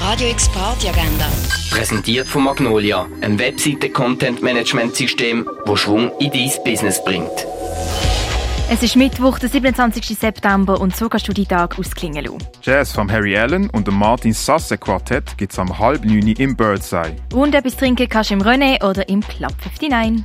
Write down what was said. Radio X Party Agenda. Präsentiert von Magnolia, einem Webseite-Content-Management-System, wo Schwung in dein Business bringt. Es ist Mittwoch, der 27. September und so kannst du die Tag ausklingen lassen. Jazz vom Harry Allen und dem Martin Sasse Quartett gibt's am halb neun im Birdseye. Und etwas trinken kannst du im René oder im Club 59.